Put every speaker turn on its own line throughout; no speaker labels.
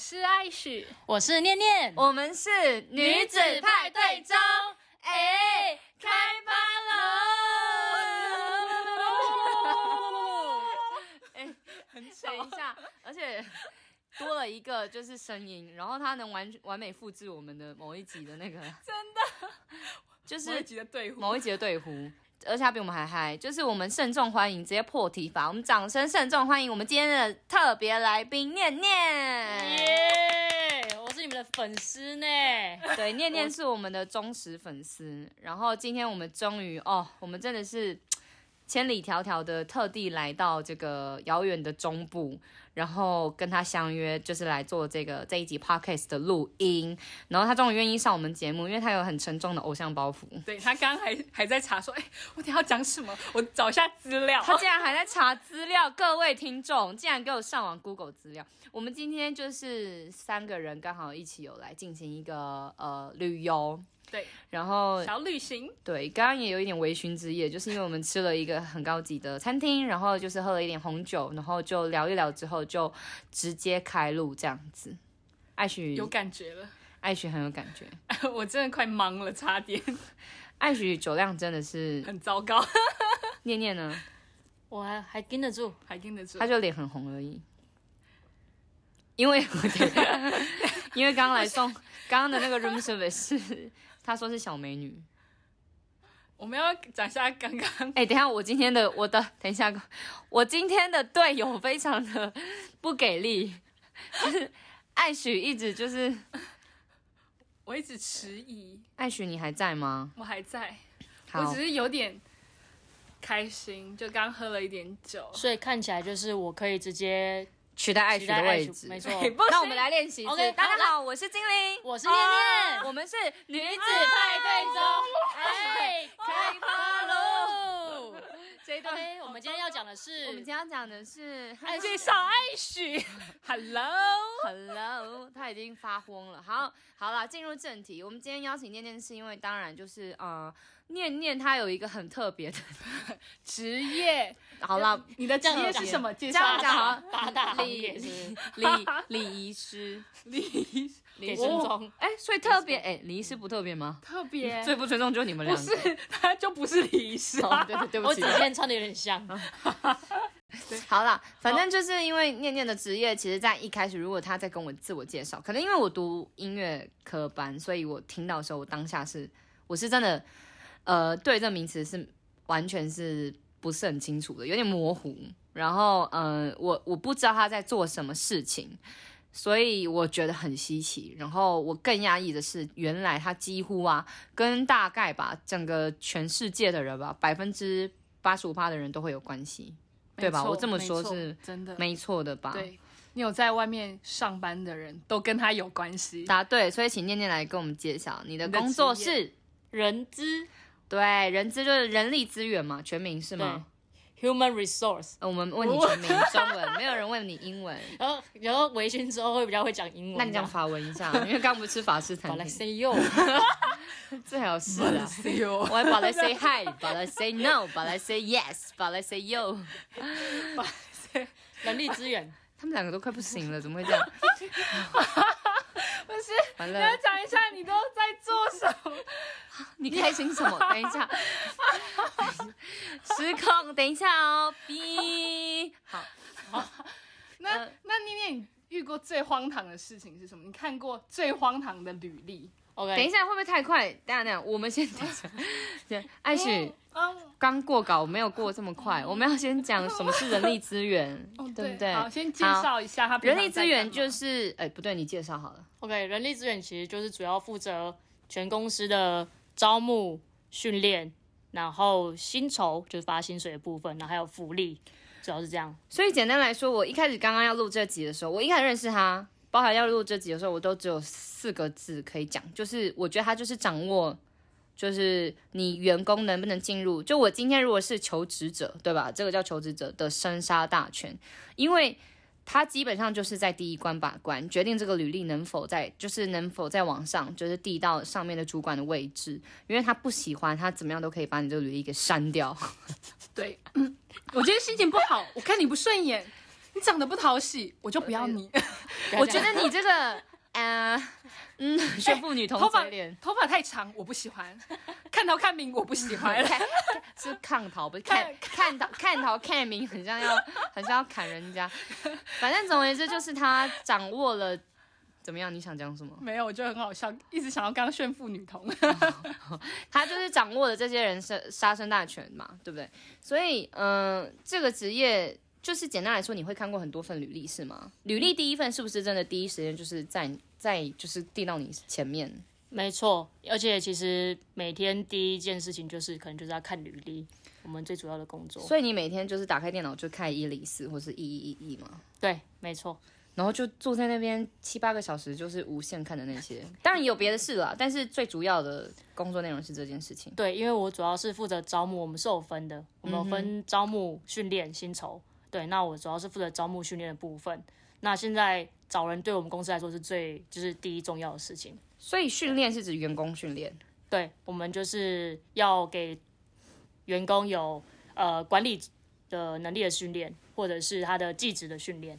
是艾许，
我是念念，
我们是
女子派对中
哎、开
哦
趴了！ 哎、很吵。等一下，而且多了一个就是声音，然后它能完完美复制我们的某一集的那个， 真的就是
是集的队伍。
某一集的队呼，而且他比我们还嗨。就是我们慎重欢迎，直接破题法，我们掌声慎重欢迎我们今天的特别来宾念念。
耶！我是你们的粉丝呢，
对，念念是我们的忠实粉丝。然后今天我们终于哦，我们真的是千里迢迢的特地来到这个遥远的中部，然后跟他相约，就是来做这个这一集 podcast 的录音。然后他终于愿意上我们节目，因为他有很沉重的偶像包袱。
对他刚刚还还在查说，哎、我等一下要讲什么？我找一下资料。
他竟然还在查资料， 各位听众竟然给我上网 Google 资料。我们今天就是三个人刚好一起有来进行一个呃旅游，
对
然后
小哦旅行，
对，刚刚也有一点微醺之夜，就是因为我们吃了一个很高级的餐厅，然后就是喝了一点红酒，然后就聊一聊之后就直接开路这样子。艾许
有感觉了，
艾许很有感觉，
我真的快懵了，差点
艾许酒量真的是
很糟糕，
念念呢，
我还还盯得住，
还跟得住
她。就脸很红而已，因为因为刚刚来送刚刚的那个 room service，是她说是小美女。
我们要讲一下刚刚
哎、等一下，我今天的我的，等一下，我今天的队友非常的不给力，就是艾许一直就是
我一直迟疑，
艾许，你还在吗？
我还在，我
好
只，是有点开心，就刚喝了一点酒。
所以看起来就是我可以直接
取代艾
取
许
代
的
艾
位
许
置，哎
没错。
那我们来练习一次。
OK，好
大家
来
好，我是精灵，
我是
啊
念念，
我们是女
女
子
子派对中，哎，
开
开
趴
趴
喽
喽！
这一段。
OK，我们今天要讲的是，
我们今天要讲的是
艾
介绍艾许 ，Hello。
Hello，他已经发疯了。好，好了，进入正题。我们今天邀请念念，是因为当然就是呃，念念她有一个很特别的。
职业，
好了，
你的职业是什么？介
这
绍
样
一
讲
下。
好像
八大行
礼
业是不是
礼礼仪师，
礼仪
礼仪
给
师
尊重，
哎，所以 特别哎，礼仪师不特别吗？
特 别，
最不尊重就是你们
不
两个。
是他就不是礼仪师
哦
啊，
对对对不
我
起啊
只。见穿的有点像，
好啦，反正就是因为念念的职业，其实在一开始，如果她在跟我自我介绍，可能因为我读音乐科班，所以我听到的时候，我当下是我是真的，呃，对这名词是完全是不是很清楚的，有点模糊。然后，呃，我我不知道他在做什么事情，所以我觉得很稀奇。然后我更压抑的是，原来他几乎啊，跟大概吧，整个全世界的人吧，百分之八十五趴的人都会有关系，对吧？
没错
我这么说
没错
是
真的，
没啊错的吧？，
对你有在外面上班的人都跟他有关系。
答对。所以请念念来跟我们揭晓你的
你的
工作
职业
是。
人资
对，人资就是人力资源嘛，全名是吗？
human resource。
呃我 们问你全名中文，没有人问你英文。
然后，然后微醺之后会比较会讲英文。
那你讲法文一 下，因为刚不是吃法式餐厅，
Alexi o
最好是啊。
哎呦，
我把来 say hi，把来 say no，把来 say yes，把来 say yo。
人力资源，
他们两个都快不行了，怎么会这 样？
不是，
完
你
了
要，讲一下你都在做什么？
你开心什 么？等一下，失控，等一下哦，哔。好，
那
嗯
那念念，你遇过最荒唐的事情是什么？你看过最荒唐的履历？
OK，
等一下会不会太快？等一下，等一下，我们 先等一下。对，艾许
嗯，
刚过稿，没有过这么快，我们要先讲什么是人力资源，
哦
对不对？
好，先介
好。
绍一下他平
人
常
力
在
资源
干嘛
就是，哎，不对，你介绍好了。
OK，人力资源其实就是主要负责全公司的招募、训练，然后薪酬就是发薪水的部分，然后还有福利，主要是这样。
所以简单来说，我一开始刚刚要录这集的时候，我一开始认识他，包含要录这集的时候，我都只有四个字可以讲，就是我觉得他就是掌握，就是你员工能不能进入，就我今天如果是求职者，对吧？这个叫求职者的生杀大权，因为。他基本上就是在第一关把关，决定这个履历能否在，就是能否在往上，就是递到上面的主管的位置。因为他不喜欢，他怎么样都可以把你这个履历给删掉。
对，嗯我今天心情不好，我看你不顺眼，你长得不讨喜，我就不 要你。
我觉得你这 个，呃， 嗯，炫妇女同
头发
嘴 脸
头发太长，我不喜欢。 看头看明，我不喜 欢。
是抗逃，不是 看看逃看逃看明，很像要很像要砍人家。反正总而言之，就是他掌握了怎么样？你想讲什么？
没有，我就很好笑，一直想要刚刚炫富女童。
他就是掌握了这些人生杀生大权嘛，对不对？所以，嗯、这个职业就是简单来说，你会看过很多份履历是吗？履历第一份是不是真的第一时间就是在在就是递到你前面？
没错，而且其实每天第一件事情就是可能就是要看履历，我们最主要的工作。
所以你每天就是打开电脑就看一零四或是一一一一嘛，
对，没错，
然后就坐在那边七八个小时，就是无限看的那些。当然也有别的事啦，但是最主要的工作内容是这件事情。
对，因为我主要是负责招募，我们是有分的，我们有分招募、训练、薪酬。对，那我主要是负责招募训练的部分。那现在找人对我们公司来说是最就是第一重要的事情。
所以训练是指员工训练，
对，我们就是要给员工有呃管理的能力的训练，或者是他的技职的训练。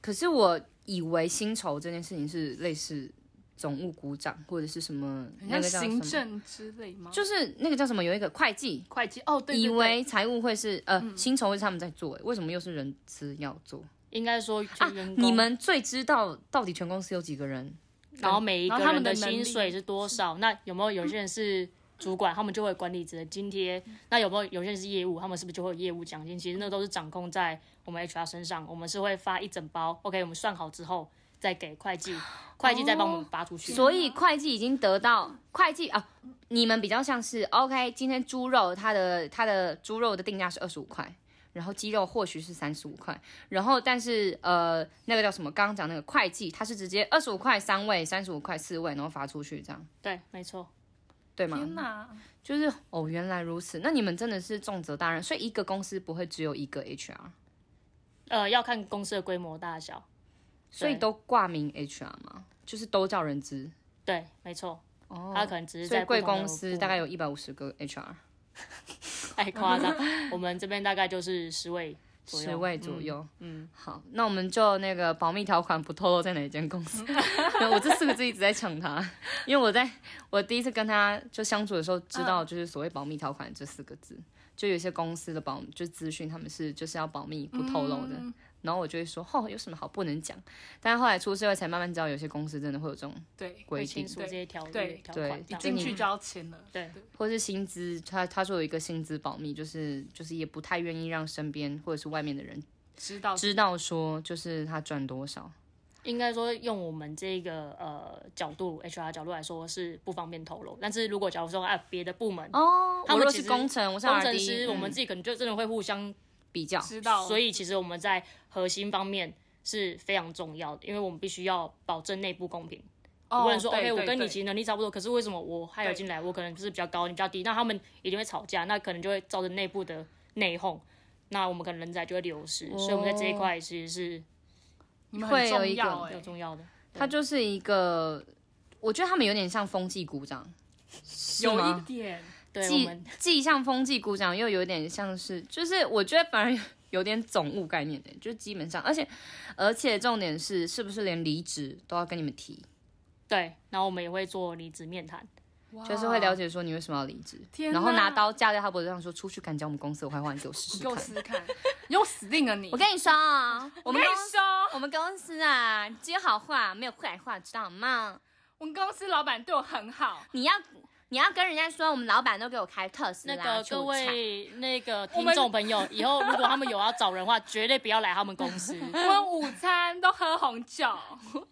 可是我以为薪酬这件事情是类似总务股长或者是什么
很
那
像
个叫什
行
么，
政之类吗？
就是那个叫什么有一个会计，
会计哦，对对对嗯
以为财务会是呃、薪酬是他们在做，为什么又是人资要做？
应该说，就员工、
你们最知道到底全公司有几个人？
然后每一个
然后他
人
们
的
的
薪水
能力
是多少？那有没有有些人是主管，他们就会有管理职的津贴？那有没有有些人是业务，他们是不是就会有业务奖金？其实那都是掌控在我们 HR 身上，我们是会发一整包。OK，我们算好之后再给会 计，会计再帮我们发出去。
所以会计已经得到会计啊，你们比较像是 OK，今天猪肉它的它的猪肉的定价是二十五块，然后鸡肉或许是三十五块，然后但是呃那个叫什么？刚刚讲那个会计，它是直接二十五块三位，三十五块四位，然后发出去这样，
对，没错，
对吗？
天哪，
就是哦，原来如此。那你们真的是重责大任，所以一个公司不会只有一个 HR，
呃，要看公司的规模大小。
所以
对
都挂名 HR 吗？就是都叫人资，
对，没错。
哦
他可能只是
所以
在
贵
不同的
公司
部
大概有
门
一百五十个 HR。
太夸张，我们这边大概就是十位左右，
十位左右。嗯，好，那我们就那个保密条款不透露在哪一间公司。对我这四个字一直在抢他，因为我在我第一次跟他就相处的时候，知道就是所谓保密条款这四个字，就有些公司的保就资讯他们是就是要保密不透露的。然后我就会说，哦，有什么好不能讲？但是后来出社会才慢慢知道，有些公司真的会有这种
对，
规
会
定
清，楚这些条
对
例条
对
款这
一
样。
进
就
去
你
就要签了。
对
或是薪资，他他说有一个薪资保密，就是就是也不太愿意让身边或者是外面的人
知道
知道说，就是他赚多少。
应该说，用我们这个呃角度，HR 角度来说是不方便透露。但是如果假如说啊，别的部门，
哦，
他
我
们
若
其
是
实
工程，我是
工
R
程
D，嗯
师，我们自己可能就真的会互相，
比较
嗯知道，
所以其实我们在核心方面是非常重要的，因为我们必须要保证内部公平。
哦
无论说
对
OK，我
对
跟你
对
其实能力差不多，可是为什么我还有进来，我可能就是比较高，你比较低，那他们一定会吵架，那可能就会造成内部的内讧，那我们可能人才就会流失，所以我们在这一
哦
块其实
你们
会
很
有一个
重要
是有
哎，
重要的。
他就是一个，我觉得他们有点像风纪股长，是
有一
吗
点
对，我
既
们
既像风纪股长，又有点像是，就是我觉得反而有有点总务概念的，就基本上，而且而且重点是，是不是连离职都要跟你们提，
对，然后我们也会做离职面谈。
就是会了。解说你为什么要离职，
天
然后拿
哪
刀架在他脖子上说出去敢讲我们公司的坏话，你给我试
你
试
给我
看。
试试看，你又死定了你！
我跟你说啊，我们
跟
公
你说，
我们公司啊，只有好话没有坏话，知道吗？
我们公司老板对我很好，
你要你要跟人家说，我们老板都给我开特斯
那
拉
个
出
各
差
位那个
我
听
们
众朋友，以后如果他们有要找人的话，绝对不要来他们公司。
我们午餐都喝红酒，
哦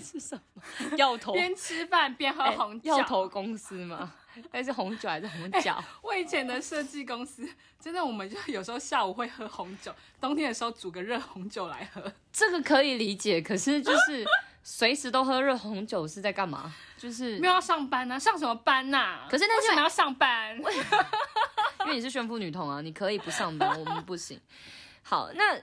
是什么？药头
边吃饭边喝红酒。
药头公司吗？ 那是红酒还是红酒？
我以前的设计公司，真的我们就有时候下午会喝红酒，冬天的时候煮个热红酒来喝。
这个可以理解，可是就是随时都喝热红酒是在干嘛？ 就是
没有要上班啊，上什么班呐、
可是那
为
就
什么要上班？
因为你是炫富女童啊，你可以不上班，我们不行。 好，那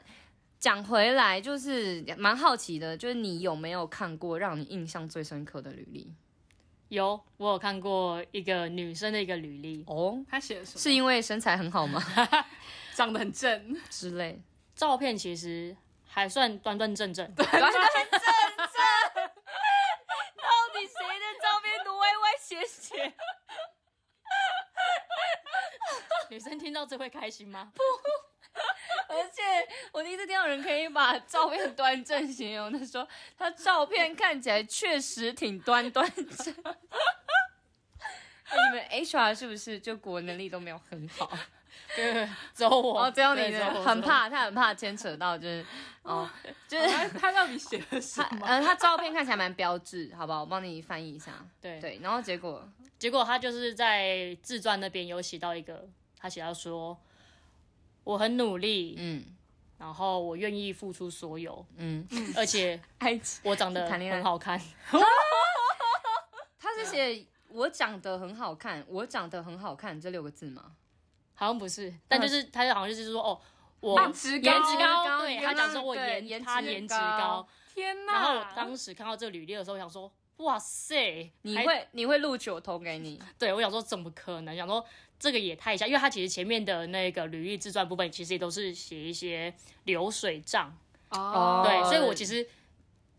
讲回来，就是蛮好奇的，就是你有没有看过让你印象最深刻的履历？
有，我有看过一个女生的一个履历，
哦，
他写的什么？
是因为身材很好吗
长得很正，
之类？
照片其实还算端端正正，
端端正正，到底谁的照片都歪歪斜斜？
女生听到这会开心吗？
而且我第一次听到有人可以把照片端正形容的说，他照片看起来确实挺端端正。哎那你们 HR 是不是就国文能力都没有很好？
对，只有我，
哦，只有你
对
的很，怕，他很怕牵扯到，就是哦，就是
他他到底写的什
他
么？
呃，他照片看起来蛮标致，好不好？我帮你翻译一下。
只有我对，
对，然后结果
结果他就是在自传那边有写到一个，他写到说我很努力，
嗯
然后我愿意付出所有，
嗯，
而且
爱情，
我长得
谈恋爱
很好看。
他是写我长得很好看，我长得很好看这六个字吗？
好像不是，但
嗯
就是他好像就是说哦，我
颜值高
颜值高，
颜
对
值高
他讲说我
对
颜
颜值
他颜值
高
高，
天
啊
哪！
然后我当时看到这个履历的时候，我想说哇塞，
你
还
会你会录取我投给你？
对我想说怎么可能？想说这个也太像，因为他其实前面的那个履历自传部分其实也都是写一些流水账，
哦，
对，
哦
所以我其实。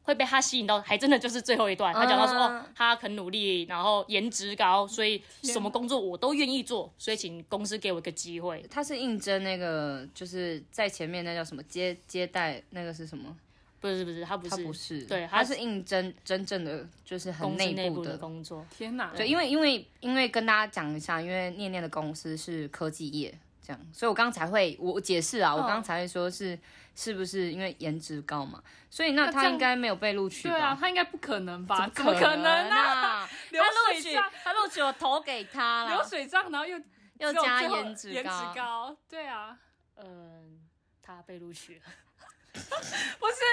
会被他吸引到，还真的就是最后一段，他讲到说、
嗯
哦，他很努力，然后颜值高，所以什么工作我都愿意做，所以请公司给我一个机会。
他是应征那个，就是在前面那叫什么接接待那个是什么？
不是不是，他不
他
是
不是，
对
他
他
是应征真正的就是很
公司内
部
的
的。
工作，
天哪！
对，因为因为因为跟大家讲一下，因为念念的公司是科技业，这样，所以我刚才会我我解释啊，我刚才会说是是不是因为颜值高嘛，所以那
那
他
这样
应该没有被录取
对啊，
吧？
他应该不可能吧？
怎
怎么可能
能
呢？
啊？
流
他录
水
取
账，
他录取我投给他
流
了，
水账，然后又
啊又
只有
加
最后
颜值
颜
高
值高，对啊，
嗯，他被录取了。
不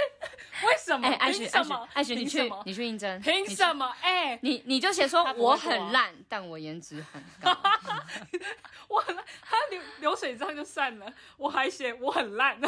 是为什么？
哎，艾雪，
凭
艾雪
什么，？
艾雪，你
凭什
去
么，
你去应征，
凭
你
什么？哎，
你你就写说
他不会
我
做啊
很烂，但我颜值很高。
我很烂他流流水账就算了，我还写我 很烂，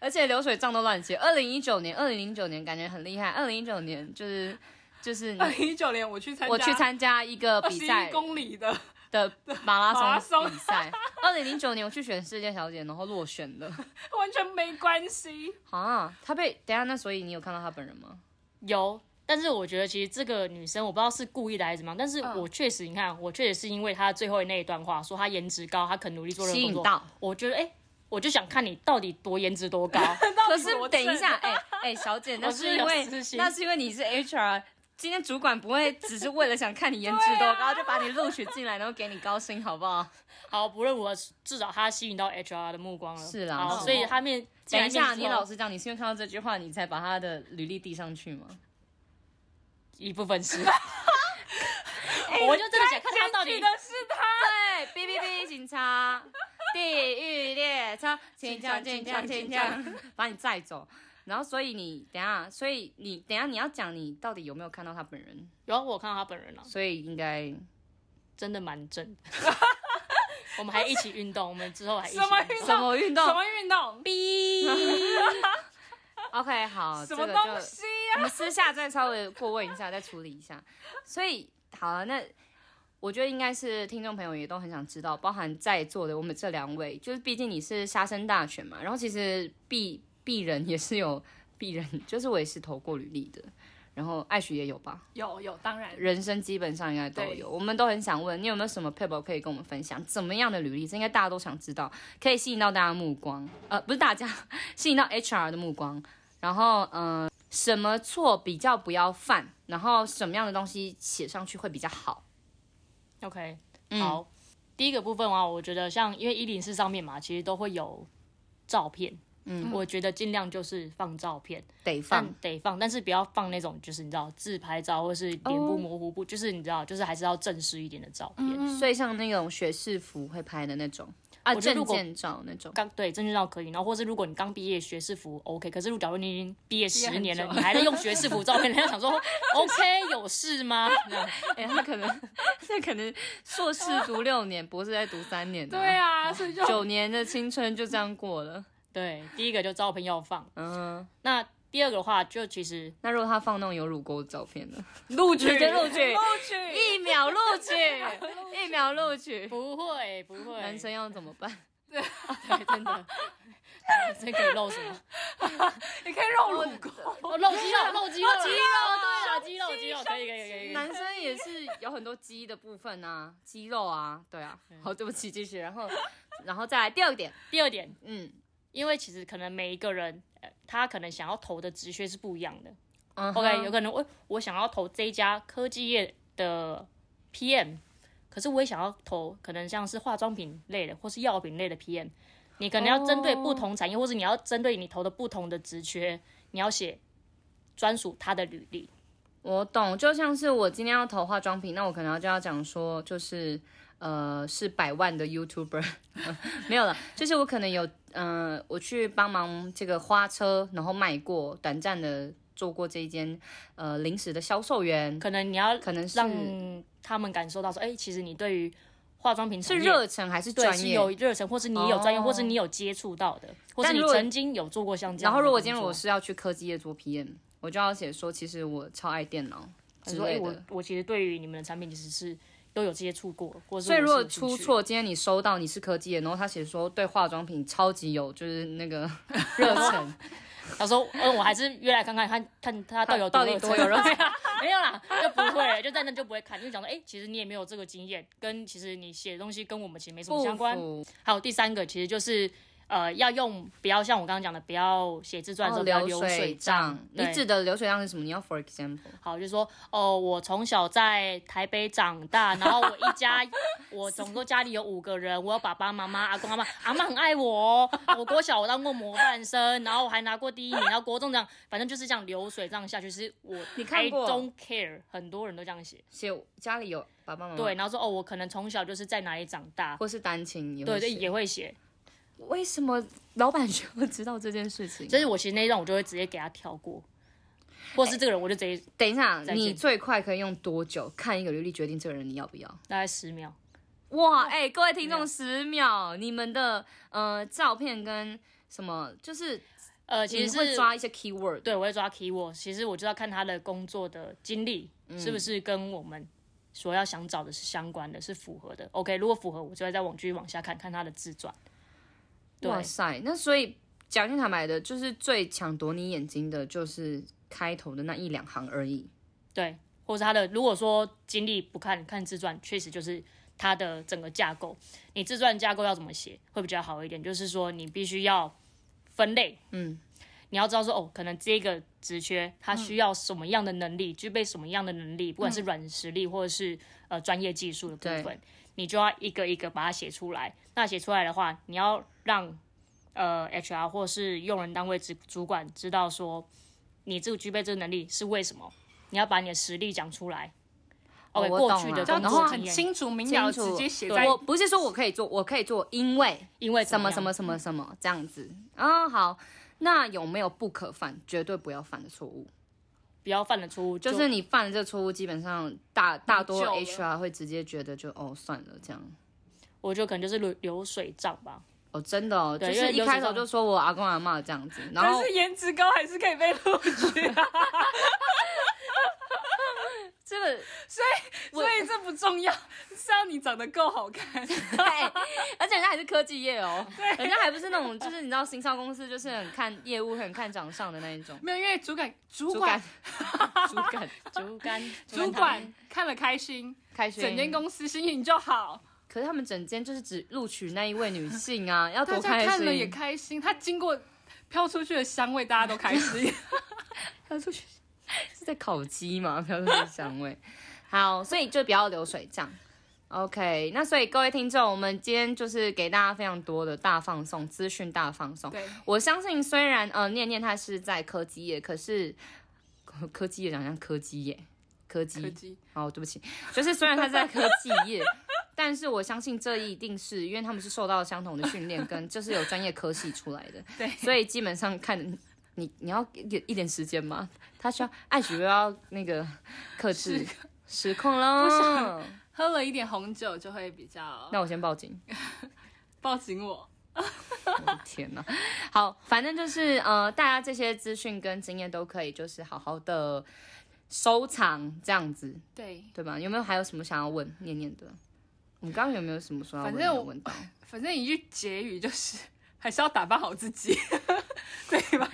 而且流水账都乱写。二零一九年，二零零九年感觉很厉害。二零一九年就是就是
二
你
零一九年我去参加，
我去参加一个
二
比
十
赛
一公里的，
的马拉
马拉
松
松
比赛。二零零九年我去选世界小姐，然后落选 了。
完全没关系。
啊，她被等一下那，所以你有看到她本人吗？
有，但是我觉得其实这个女生我不知道是故意的还是怎么样，但是
嗯
我确实，你看，我确实是因为她最后那一段话，说她颜值高，她肯努力做任何
吸
工
引
作，
到。
我觉得哎、我就想看你到底多颜值 多高。
可
底
是
多
等一下，
正
哎、哎、小 姐，那
我
是
是
因
有
为
私心
那是因为你是 HR。今天主管不会只是为了想看你颜值多高、就把你录取进来，然后给你高薪，好不好？
好，不论如何，至少她吸引到 HR 的目光了。
是啦
好
是
所以她面进
等
来
一下，
面试
你
后
老实讲，你是因为看到这句话，你才把他的履历递上去吗？
一部 分是， 我就真的想看她到底
哎
选举的是 他，
对哔哔哔，警察，地狱列车，请枪，请枪，请枪， 把你载走。然后，所以你等一下，所以你等一下你要讲你到底有没有看到他本人，
有啊我有看到她本人了、
所以应该
真的蛮正的。 我们还一起运动，我们之后还一起
什么
运
运
动
动
什么运动
什么运动？
OK 好，
什
这
么
个就
东西
我们私下再稍微过问一下，再处理一下。所以好了，那我觉得应该是听众朋友也都很想知道，包含在座的我们这两位，就是毕竟你是沙生大选嘛，然后其实鄙鄙人也是有鄙人，就是我也是投过履历的，然后艾许也有吧，
有有，当然
人生基本上应该都
对
有。我们都很想问你有没有什么 paper 可以跟我们分享，怎么样的履历，这应该大家都想知道，可以吸引到大家的目光，呃，不是大家吸引到 HR 的目光，然后嗯、呃什么错比较不要犯，然后什么样的东西写上去会比较好。嗯
OK，好，第一个部分的话，我觉得像因为一零四上面嘛，其实都会有照片，嗯，我觉得尽量就是放照片，
得放
但得放，但是不要放那种就是你知道自拍照或是脸部模糊不，就是你知道，就是还是要正式一点的照片。
所以像那种学士服会拍的那种啊，
我觉得
证
如果
件照那种。
刚对证件照可以，然后或是如果你刚毕业学士服 OK，可是如果假如你已经毕业十年了，
毕业很久
你还在用学士服照片，人家想说 OK 有事吗？这样
哎、他可能 他可能硕士读六年，博士再读三年、
对，啊，所以就
九年的青春就这样过了。
对，第一个就照片要放，
嗯，
那第二个的话就其实
那如果他放那种有乳沟的照片呢？
录取
直接录取
录取。
一秒录取，一秒录取，
不会不会，
男生要怎么办？
对，真的，这可以露什 么？
你可以肉乳沟，
哦，露肌肉，露肌肉，
露肌肉
对，小哦肌肉，肌肉，可以，可以，可以可 以。
男生也是有很多肌的部分啊，肌肉啊，对啊。好，对不起，继续。然后，然后再来第二个点，
第二点，
嗯
因为其实可能每一个人，呃他可能想要投的职缺是不一样的。
嗯
OK，有可能我我想要投这一家科技业的 PM，可是我也想要投可能像是化妆品类的或是药品类的 PM。你可能要针对不同产业，或者你要针对你投的不同的职缺，你要写专属他的履历。
我懂，就像是我今天要投化妆品，那我可能就要讲说，就是呃，是百万的 YouTuber，没 有了，就是我可能有，嗯、我去帮忙这个花车，然后卖过，短暂的做过这一间呃临时的销售员，
可能你要
可能是
让他们感受到说，哎、其实你对于化妆品
是
产业
热忱还是
对
专
是
业？
有热忱，或是你有专业，
哦
或是你有接触到的，或是
但
你
如果
曾经有做过像这
然
样的工作。
后如果今天我是要去科技业做 PM，我就要写说，其实我超爱电脑之
你说，哎、
类
我
的。
我其实对于你们的产品其实是都有接触过，或者
所以如果出，错，今天你收到你是科技业，然后他写说对化妆品超级有就是那 个热忱，
他说，嗯，我还是约来看看，看看他到底有
到底 多有热
热
忱
忱。没有啦，就不会，就在那就不会看，因为讲说，哎、其实你也没有这个经验，跟其实你写的东西跟我们其实没什么
不
相关。
服
还有第三个，其实就是呃，要用不要像我刚刚讲的，不要写自传的
哦
时候不要
流水
账
账。。你
对
指的流水账是什么？你要 for example，
好，就是说哦，我从小在台北长大，然后我一家，我总共家里有五个人，我有爸爸妈妈、阿公阿妈，阿妈很爱我、哦。我国小我当过模范生，然后我还拿过第一名，然后国中这样，反正就是这样流水账下去。是我
你看
I
过
don't care，很多人都这样写。
写家里有爸爸妈妈，
对，，然后说哦，我可能从小就是在哪里长大，
或是单亲嗯也会
对对
写
也会写。
为什么老板需要知道这件事情？
就是我其实那一段我就会直接给他跳过，或是这个人我就直接
等一下，
再见
你最快可以用多久看一个履历决定这个人你要不要？
大概十秒。
哇，哎、各位听
没
众，
有
十秒，你们的呃照片跟什么，就是
呃，其
你
实是
会抓一些 keyword，
对，我会抓 keyword。其实我就要看他的工作的经历、
嗯
是不是跟我们所要想找的是相关的，是符合的。OK，如果符合，我就会再往继续往下看，看他的自传。对
哇塞，那所以讲句坦白的，就是最抢夺你眼睛的，就是开头的那一两行而已。
对，或是他的，如果说经历不看看自传，确实就是他的整个架构。你自传架构要怎么写会比较好一点？就是说你必须要分类，
嗯，
你要知道说哦，可能这个职缺它需要什么样的能力，具备什么样的能力，不管是软实力或者是呃专业技术的部
对
分，你就要一个一个把它写出来。那写出来的话，你要让呃 HR 或是用人单位主主管知道说你这个具备这个能力是为什么，你要把你的实力讲出来。
哦
OK，
我
过
懂
去
了
的
这
懂
工
然了
样子
后
作
很
经验，
清楚明了，
清楚
直接写
对
在
我不是说我可以做，我可以做，因为
因为
什么
样
什么什么什么这样子啊、好，那有没有不可犯，绝对不要犯的错误？
不要犯了错误，
就是你犯了这个错误，基本上大大多
没救了
HR 会直接觉得就哦算了这样。
我就可能就是流流水账吧。
哦，真的哦，就
对因
是
为
一
流
开
水
头
账
就说我阿公阿妈这样子，然
但
后
是颜值高还是可以被录取啊，
这个
所以这不重要，是要你长得够好 看。
对，而且人家还是科技业哦， 人家还不是那种就是你知道行销公司就是很看业务、很看长相的那一种。
没有，因为主管主
主
管
管， 主管，
竹竿，
主管看了开心，
开学
整间，公司心情就好，
可是他们整间就是只录取那一位女性啊，要
大
多
家
开
看了也
心。
开心，他经过飘出去的香味，大家都开 心。
要出去是在烤鸡嘛？不要出去香味。好，所以就不要流水账。OK，那所以各位听众，我们今天就是给大家非常多的大放送资讯，大放送。
对，
我相信，虽然呃，念念她是在科技业，可是科科技业讲像科技业，科技
科技
哦，对不起，就是虽然他在科技业，但是我相信这一定是因为他们是受到相同的训练，跟就是有专业科系出来的，
对
所以基本上看你你要一点一点时间嘛，他需要按许又要那个克制失控喽。
喝了一点红酒就会比较
那我先报警。
抱紧我。
我的天呐，好，反正就是呃，大家这些资讯跟经验都可以，就是好好的收藏这样子，
对，
对吧？有没有还有什么想要问念念的？你刚刚有没有什么说要
反
问
正
的
我
问到？
反正一句结语就是，还是要打扮好自己，对吧？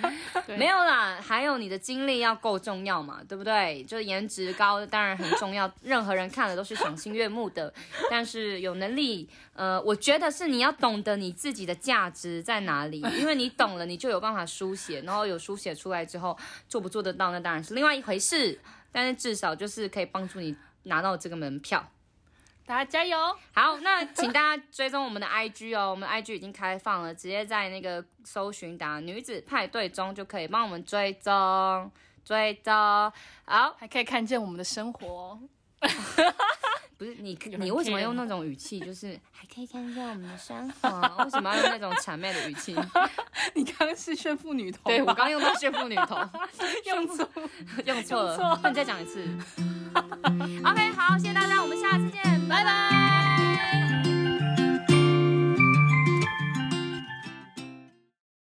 对
没有啦，还有你的经历要够重要嘛，对不对？就是颜值高当然很重要，任何人看了都是赏心悦目的。但是有能力，呃，我觉得是你要懂得你自己的价值在哪里，因为你懂了，你就有办法书写，然后有书写出来之后，做不做得到那当然是另外一回事。但是至少就是可以帮助你拿到这个门票。
大家加油！
好，那请大家追踪我们的 IG 哦，我们 IG 已经开放了，直接在那个搜寻打“女子派对”中就可以帮我们追踪追踪。好，
还可以看见我们的生活哦。
不是你
人
你为什么
骗
用
我
那种语气？就是还可以看见我们的生活，为什么要用那种谄媚的语气？
你刚刚是炫富女童吧，
对我刚刚用到炫富女头，
用错。
用错了，那你再讲一次。OK，好，谢谢大家。